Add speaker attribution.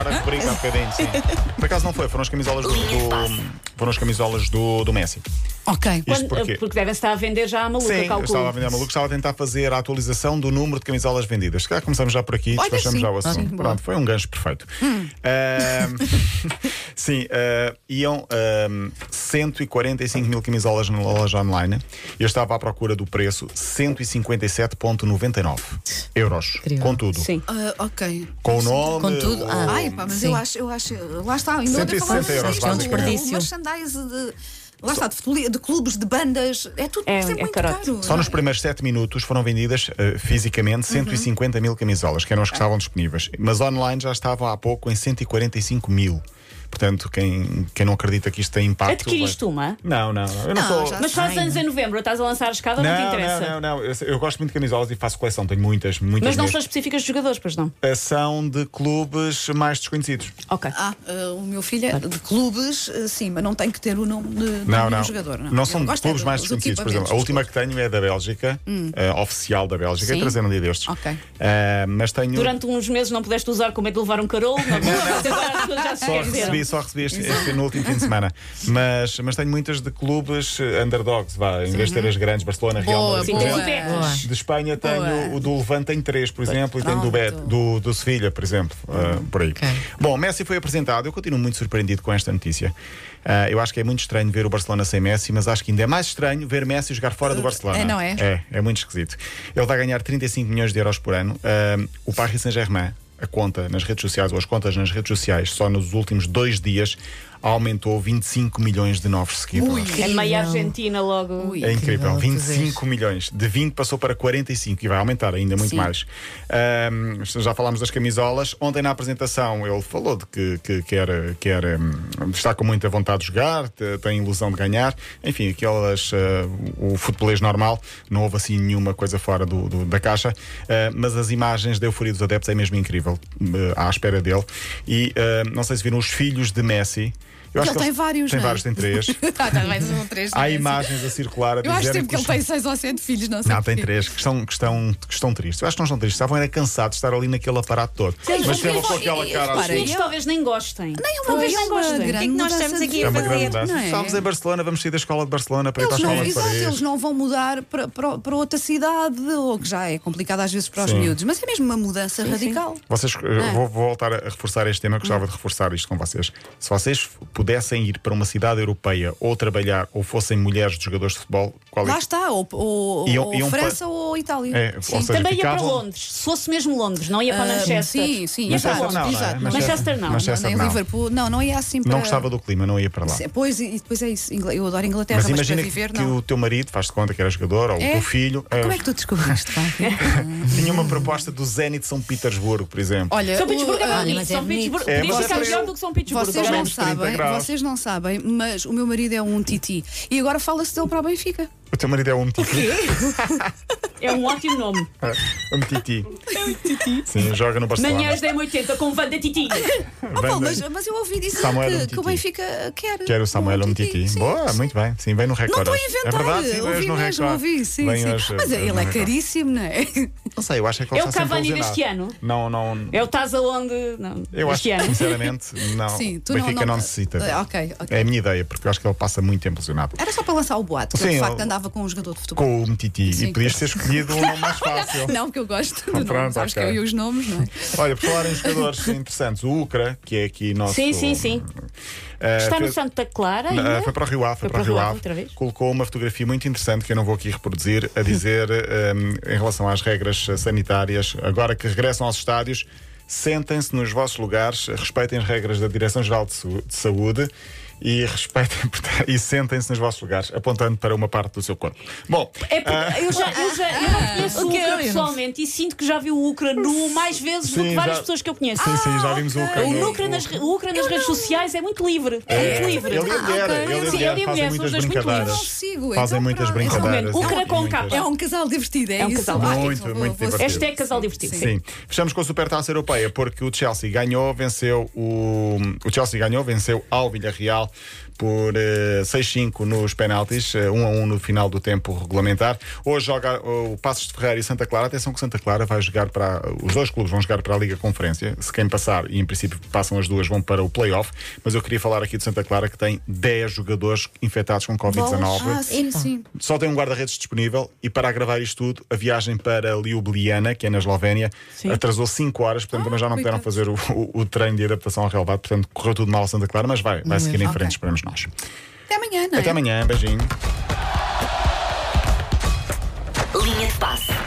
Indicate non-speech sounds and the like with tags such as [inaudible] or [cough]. Speaker 1: Ah,
Speaker 2: Era por isso há bocadinho,
Speaker 1: [laughs]
Speaker 2: sim. Por acaso não foi, foram as camisolas do. do- foram as camisolas do, do Messi.
Speaker 1: Ok.
Speaker 2: Isto
Speaker 3: Quando-
Speaker 2: porquê?
Speaker 3: porque devem estar a vender já à maluca,
Speaker 2: Sim, eu
Speaker 3: calculo.
Speaker 2: estava a vender maluco, estava a tentar fazer a atualização do número de camisolas vendidas. Se calhar começamos já por aqui,
Speaker 1: Olha,
Speaker 2: despachamos
Speaker 1: sim.
Speaker 2: já o assunto.
Speaker 1: Sim,
Speaker 2: Pronto,
Speaker 1: boa. Hum.
Speaker 2: foi um gancho perfeito. Ahm, [laughs] sim, ah, iam ahm, 145 mil camisolas na loja online. Eu estava à procura do preço 157,99 euros.
Speaker 1: Incrível.
Speaker 2: Contudo,
Speaker 3: Sim.
Speaker 1: Ah, ok.
Speaker 2: com o nome.
Speaker 1: Contudo,
Speaker 2: o-
Speaker 1: ah.
Speaker 4: Ai, pá, mas
Speaker 1: Sim.
Speaker 4: eu acho, eu acho. Lá está, ainda ontem
Speaker 2: 160
Speaker 4: falávamos
Speaker 2: euros,
Speaker 4: disto, tipo,
Speaker 2: basicamente.
Speaker 4: Umas sandais de. Lá está, de, futeboli- de clubes, de bandas. É tudo
Speaker 3: É-
Speaker 4: sempre
Speaker 3: é
Speaker 4: muito
Speaker 3: carote.
Speaker 4: caro.
Speaker 2: Só nos primeiros 7 minutos foram vendidas eh, fisicamente 150 mil camisolas, que eram as que estavam disponíveis. Mas online já estavam há pouco em 145 mil. Portanto, quem, quem não acredita que isto tem impacto.
Speaker 3: Adquiriste
Speaker 2: vai-
Speaker 3: uma?
Speaker 2: Não, não. Eu não,
Speaker 4: Não,
Speaker 2: sou.
Speaker 4: já
Speaker 3: Mas faz anos em novembro, estás a lançar a escada, não, te
Speaker 2: Não,
Speaker 3: interessa.
Speaker 2: não, não, não. Eu, eu gosto muito de camisolas e faço coleção, tenho muitas, muitas.
Speaker 3: Mas não são
Speaker 2: mesmo.
Speaker 3: específicas de jogadores, pois não?
Speaker 2: Eh, São de clubes mais desconhecidos.
Speaker 3: Ok.
Speaker 4: Ah, ah, o meu filho é de clubes, ah, sim, mas não tem que ter o nome de, de nenhum jogador. Não,
Speaker 2: Não
Speaker 4: Eu
Speaker 2: são
Speaker 4: gosto é
Speaker 2: clubes
Speaker 4: do-
Speaker 2: mais
Speaker 4: dos
Speaker 2: desconhecidos, por exemplo. A
Speaker 4: equipamentos.
Speaker 2: última que tenho é da Bélgica, eh, oficial da Bélgica,
Speaker 4: Sim.
Speaker 2: e trazendo um dia destes.
Speaker 4: Ok.
Speaker 2: Eh, mas tenho.
Speaker 3: Durante uns meses não pudeste usar com medo de levar um carolo, não,
Speaker 2: [laughs]
Speaker 3: agora as coisas já se
Speaker 4: É,
Speaker 2: Só
Speaker 3: esqueceram.
Speaker 2: recebi, só recebi este, este no último fim de semana. Mas, mas tenho muitas de clubes eh, underdogs, vá, em vez de ter as grandes, Barcelona, Real
Speaker 4: Boa,
Speaker 2: Madrid.
Speaker 3: Sim,
Speaker 2: por
Speaker 3: tens o
Speaker 2: exemplo.
Speaker 3: Becas.
Speaker 2: De Espanha tenho
Speaker 4: Boa.
Speaker 2: o do Levante, tenho três, por exemplo, e tenho do, Bet,
Speaker 4: Pronto. Uhum.
Speaker 2: do, do Sevilha, por exemplo, eh, por aí. Bom, Messi foi apresentado, eu continuo muito surpreendido com esta notícia. Ah, eu acho que é muito estranho ver o Barcelona sem Messi, mas acho que ainda é mais estranho ver Messi jogar fora do Barcelona.
Speaker 4: é, não é?
Speaker 2: É, é muito esquisito. Ele vai ganhar 35 milhões de euros por ano. Ah, o Paris Saint-Germain, a conta nas redes sociais, ou as contas nas redes sociais, só nos últimos dois dias aumentou 25 milhões de novos seguidores.
Speaker 3: É meia Argentina logo.
Speaker 4: Ui.
Speaker 2: É incrível,
Speaker 1: Incrível,
Speaker 2: 25 milhões. De 20 passou para 45 e vai aumentar ainda muito mais. Ahm, já falámos das camisolas. Ontem na apresentação ele falou de que, que quer, quer hum, está com muita vontade de jogar, te- tem ilusão de ganhar. Enfim, aquelas. ah, o futebolês normal, não houve assim nenhuma coisa fora do- do- da caixa. Ah, mas as imagens da euforia dos adeptos é mesmo incrível, ah, à espera dele. E ah, não sei se viram os filhos de Messi. Eu
Speaker 4: Ele tem
Speaker 2: eles-
Speaker 4: vários,
Speaker 2: Tem
Speaker 4: não é?
Speaker 2: vários, tem
Speaker 4: [laughs]
Speaker 2: três.
Speaker 4: Ah, tá, mais um, três,
Speaker 2: Há
Speaker 4: três.
Speaker 2: imagens a circular a
Speaker 4: Eu acho
Speaker 2: dizerem
Speaker 4: sempre que ele
Speaker 2: os-
Speaker 4: tem seis ou sete filhos, não sei.
Speaker 2: Não, Ah, tem
Speaker 4: porquê.
Speaker 2: três que estão, que, estão, que estão tristes. Eu acho que não estão tristes, estavam era cansados de estar ali naquele aparato todo. Mas
Speaker 3: eles vão
Speaker 2: estavam com
Speaker 3: ver-
Speaker 2: aquela
Speaker 4: e- e
Speaker 2: cara
Speaker 4: repara,
Speaker 2: assim.
Speaker 3: Eles talvez nem
Speaker 4: É
Speaker 3: gostem.
Speaker 4: uma,
Speaker 3: talvez
Speaker 4: é
Speaker 3: não
Speaker 4: uma
Speaker 3: gostem.
Speaker 4: grande
Speaker 5: que nós estamos
Speaker 4: mudança
Speaker 5: aqui
Speaker 4: de
Speaker 5: a
Speaker 2: É uma
Speaker 4: vida.
Speaker 2: grande
Speaker 5: fazer,
Speaker 2: mudança.
Speaker 4: não é?
Speaker 2: Estávamos em Barcelona, vamos sair da escola de Barcelona para ir para a
Speaker 4: Eles não,
Speaker 2: escola de
Speaker 4: exato, eles
Speaker 2: Paris.
Speaker 4: não vão mudar para, para, para outra cidade, ou que já é complicado às vezes para os
Speaker 2: Sim.
Speaker 4: miúdos, mas é mesmo uma mudança radical.
Speaker 2: Vocês, eu
Speaker 4: é?
Speaker 2: vou, vou voltar a reforçar este tema, gostava de reforçar isto com vocês. Se vocês f- pudessem ir para uma cidade europeia ou trabalhar ou fossem mulheres de jogadores de futebol, qual é
Speaker 4: Lá
Speaker 2: que-
Speaker 4: está, ou, ou,
Speaker 2: Iam-
Speaker 4: ou
Speaker 2: iam para-
Speaker 4: França ou Itália.
Speaker 2: um É, ou
Speaker 4: Sim.
Speaker 2: seja,
Speaker 3: Também ia para
Speaker 2: ficavam-
Speaker 3: Londres. Se fosse mesmo Londres, não ia para
Speaker 4: Ah,
Speaker 3: Manchester.
Speaker 4: sim, sim,
Speaker 3: Ia para
Speaker 4: exato.
Speaker 3: Londres.
Speaker 2: não, não é?
Speaker 4: Exato,
Speaker 3: Manchester não.
Speaker 2: Manchester
Speaker 4: nem
Speaker 2: não.
Speaker 4: Liverpool, não, não ia assim para.
Speaker 2: Não gostava do clima, não ia para lá.
Speaker 4: Sim, Pois, e e depois é isso. Ingl- Eu adoro Inglaterra,
Speaker 2: Mas
Speaker 4: mas,
Speaker 2: imagina
Speaker 4: para viver,
Speaker 2: que
Speaker 4: não.
Speaker 2: o teu marido faz-te conta que era jogador ou o
Speaker 4: É?
Speaker 2: teu filho.
Speaker 4: Ah, Como
Speaker 2: eh,
Speaker 4: é que tu descobriste? pá?
Speaker 2: [laughs] Tinha uma proposta do Zenit de São Petersburgo, por exemplo.
Speaker 4: Olha,
Speaker 3: São
Speaker 4: o-
Speaker 3: Petersburgo é
Speaker 4: ah,
Speaker 3: bonito.
Speaker 1: mas é
Speaker 3: São
Speaker 1: bonito.
Speaker 3: Petersburgo.
Speaker 2: É,
Speaker 3: Podias
Speaker 2: mas
Speaker 3: ficar
Speaker 2: é
Speaker 3: melhor
Speaker 2: para-
Speaker 3: do que São Petersburgo.
Speaker 4: vocês não
Speaker 3: realmente.
Speaker 2: menos 30
Speaker 4: sabem,
Speaker 2: graus.
Speaker 4: vocês não sabem, mas o meu marido é um titi. E agora fala-se dele para o Benfica.
Speaker 2: O teu marido é um titi.
Speaker 3: É um ótimo nome.
Speaker 2: um titi. É um titi. Sim, joga no Barcelona.
Speaker 3: Manhãs da M80 com Vanda Titi.
Speaker 4: Oh, Paulo,
Speaker 2: Vanda-
Speaker 4: mas, mas eu ouvi dizer
Speaker 2: Samuel
Speaker 4: que,
Speaker 2: Umtiti.
Speaker 4: que o Benfica quer.
Speaker 2: Quero o Samuel um titi.
Speaker 4: Sim,
Speaker 2: Boa,
Speaker 4: sim.
Speaker 2: muito bem. Sim, vem no
Speaker 4: Não
Speaker 2: recorde.
Speaker 4: estou a
Speaker 2: hoje.
Speaker 4: inventar,
Speaker 2: É verdade, sim, vem hoje
Speaker 4: ouvi
Speaker 2: no
Speaker 4: mesmo,
Speaker 2: recorde.
Speaker 4: ouvi, sim,
Speaker 2: Vem
Speaker 4: sim.
Speaker 2: hoje,
Speaker 4: Mas
Speaker 2: eh,
Speaker 4: ele
Speaker 2: no
Speaker 4: é
Speaker 2: recorde.
Speaker 4: caríssimo, não é?
Speaker 2: Não sei, eu acho que ele
Speaker 3: É
Speaker 2: está
Speaker 3: o
Speaker 2: sempre
Speaker 3: Cavani deste
Speaker 2: lesionado.
Speaker 3: ano?
Speaker 2: Não, não.
Speaker 3: É o Tás aonde. Não,
Speaker 2: Eu acho
Speaker 3: este
Speaker 2: que,
Speaker 3: ano.
Speaker 2: sinceramente, não.
Speaker 4: Sim, tu não-
Speaker 2: Benfica não,
Speaker 4: não-
Speaker 2: necessita.
Speaker 4: Eh, ok, ok.
Speaker 2: É a minha ideia, porque eu acho que ele passa muito tempo lesionado.
Speaker 4: Era só para lançar o boato, que
Speaker 2: Sim,
Speaker 4: eu, de facto
Speaker 2: ele-
Speaker 4: andava com um jogador de futebol.
Speaker 2: Com o Titi. E
Speaker 4: Sim.
Speaker 2: podias ter escolhido um nome
Speaker 4: [laughs]
Speaker 2: mais fácil.
Speaker 4: Não, que eu gosto do
Speaker 2: Pronto,
Speaker 4: nome. Sabes
Speaker 2: ok.
Speaker 4: que eu e os nomes, não é?
Speaker 2: Olha, por falar em
Speaker 4: [laughs]
Speaker 2: jogadores interessantes, o Ucra, que é aqui nosso.
Speaker 3: Sim, sim, sim.
Speaker 2: eh,
Speaker 3: Está é? no
Speaker 2: fez-
Speaker 3: Santa Clara
Speaker 2: Não,
Speaker 3: ainda?
Speaker 2: foi para o Rio Ave, foi, para o Rio Ave.
Speaker 3: outra vez?
Speaker 2: Colocou uma fotografia muito interessante que eu não vou aqui reproduzir,
Speaker 3: [laughs]
Speaker 2: a dizer um, em relação às regras eh, sanitárias, agora que regressam aos estádios, sentem-se nos vossos lugares, respeitem as regras da Direção-Geral de, Su- de Saúde e respeitem [laughs] portanto, e sentem-se nos vossos lugares, apontando para uma parte do seu corpo. Bom,
Speaker 3: É porque
Speaker 2: ah,
Speaker 3: eu já, eu já eu não conheço o
Speaker 4: Ok, eu
Speaker 3: Ucra
Speaker 4: não-
Speaker 3: pessoalmente e sinto que já vi o Ucra nu mais vezes do
Speaker 2: Sim,
Speaker 3: que várias
Speaker 2: já-
Speaker 3: pessoas que eu conheço.
Speaker 2: sim, sim, já vimos o Ucra.
Speaker 3: O
Speaker 2: no-
Speaker 3: Ucra Ah, nas, re- o Ucra nas redes sociais é muito livre. É, muito livre.
Speaker 2: Ele e a mulher, ele e
Speaker 4: ok.
Speaker 2: a
Speaker 3: Sim,
Speaker 2: mulher
Speaker 3: ele e a
Speaker 2: fazem
Speaker 3: mulher, são
Speaker 2: muitas
Speaker 3: os dois muito
Speaker 2: brincadeiras.
Speaker 4: lindos. Eu não sigo,
Speaker 2: fazem
Speaker 4: então
Speaker 2: muitas
Speaker 4: pronto. Eu
Speaker 2: brincadeiras.
Speaker 3: recomendo. Ucra
Speaker 2: e
Speaker 3: com
Speaker 2: muitas.
Speaker 3: capa.
Speaker 4: É um casal divertido, é,
Speaker 3: É um
Speaker 4: isso?
Speaker 3: casal
Speaker 4: Ai,
Speaker 2: muito,
Speaker 4: vou-
Speaker 2: muito
Speaker 4: vou-
Speaker 2: divertido.
Speaker 3: Hashtag casal divertido.
Speaker 2: Sim. Fechamos com a Supertaça Europeia porque o Chelsea ganhou, venceu o, o Chelsea ganhou, venceu ao Villarreal Portugal por eh, 6-5 nos penaltis, eh, 1 a 1 no final do tempo regulamentar. Hoje joga oh, o Passos de Ferreira e Santa Clara. Atenção que Santa Clara vai jogar para. Os dois clubes vão jogar para a Liga Conferência. Se quem passar, e em princípio passam as duas, vão para o playoff. Mas eu queria falar aqui de Santa Clara que tem 10 jogadores infectados com Covid-19
Speaker 4: Ah, sim, sim.
Speaker 2: só tem um guarda-redes disponível e para agravar isto tudo, a viagem para Ljubljana, que é na Eslovénia,
Speaker 3: Sim.
Speaker 2: atrasou 5 horas, portanto também já não puderam fazer o, o- o treino de adaptação ao relevado, portanto correu tudo mal a Santa Clara, mas vai, vai seguir em
Speaker 4: Ok.
Speaker 2: frente, esperamos nós.
Speaker 4: Até amanhã, não é?
Speaker 2: Até amanhã, beijinho.
Speaker 1: Linha de passe.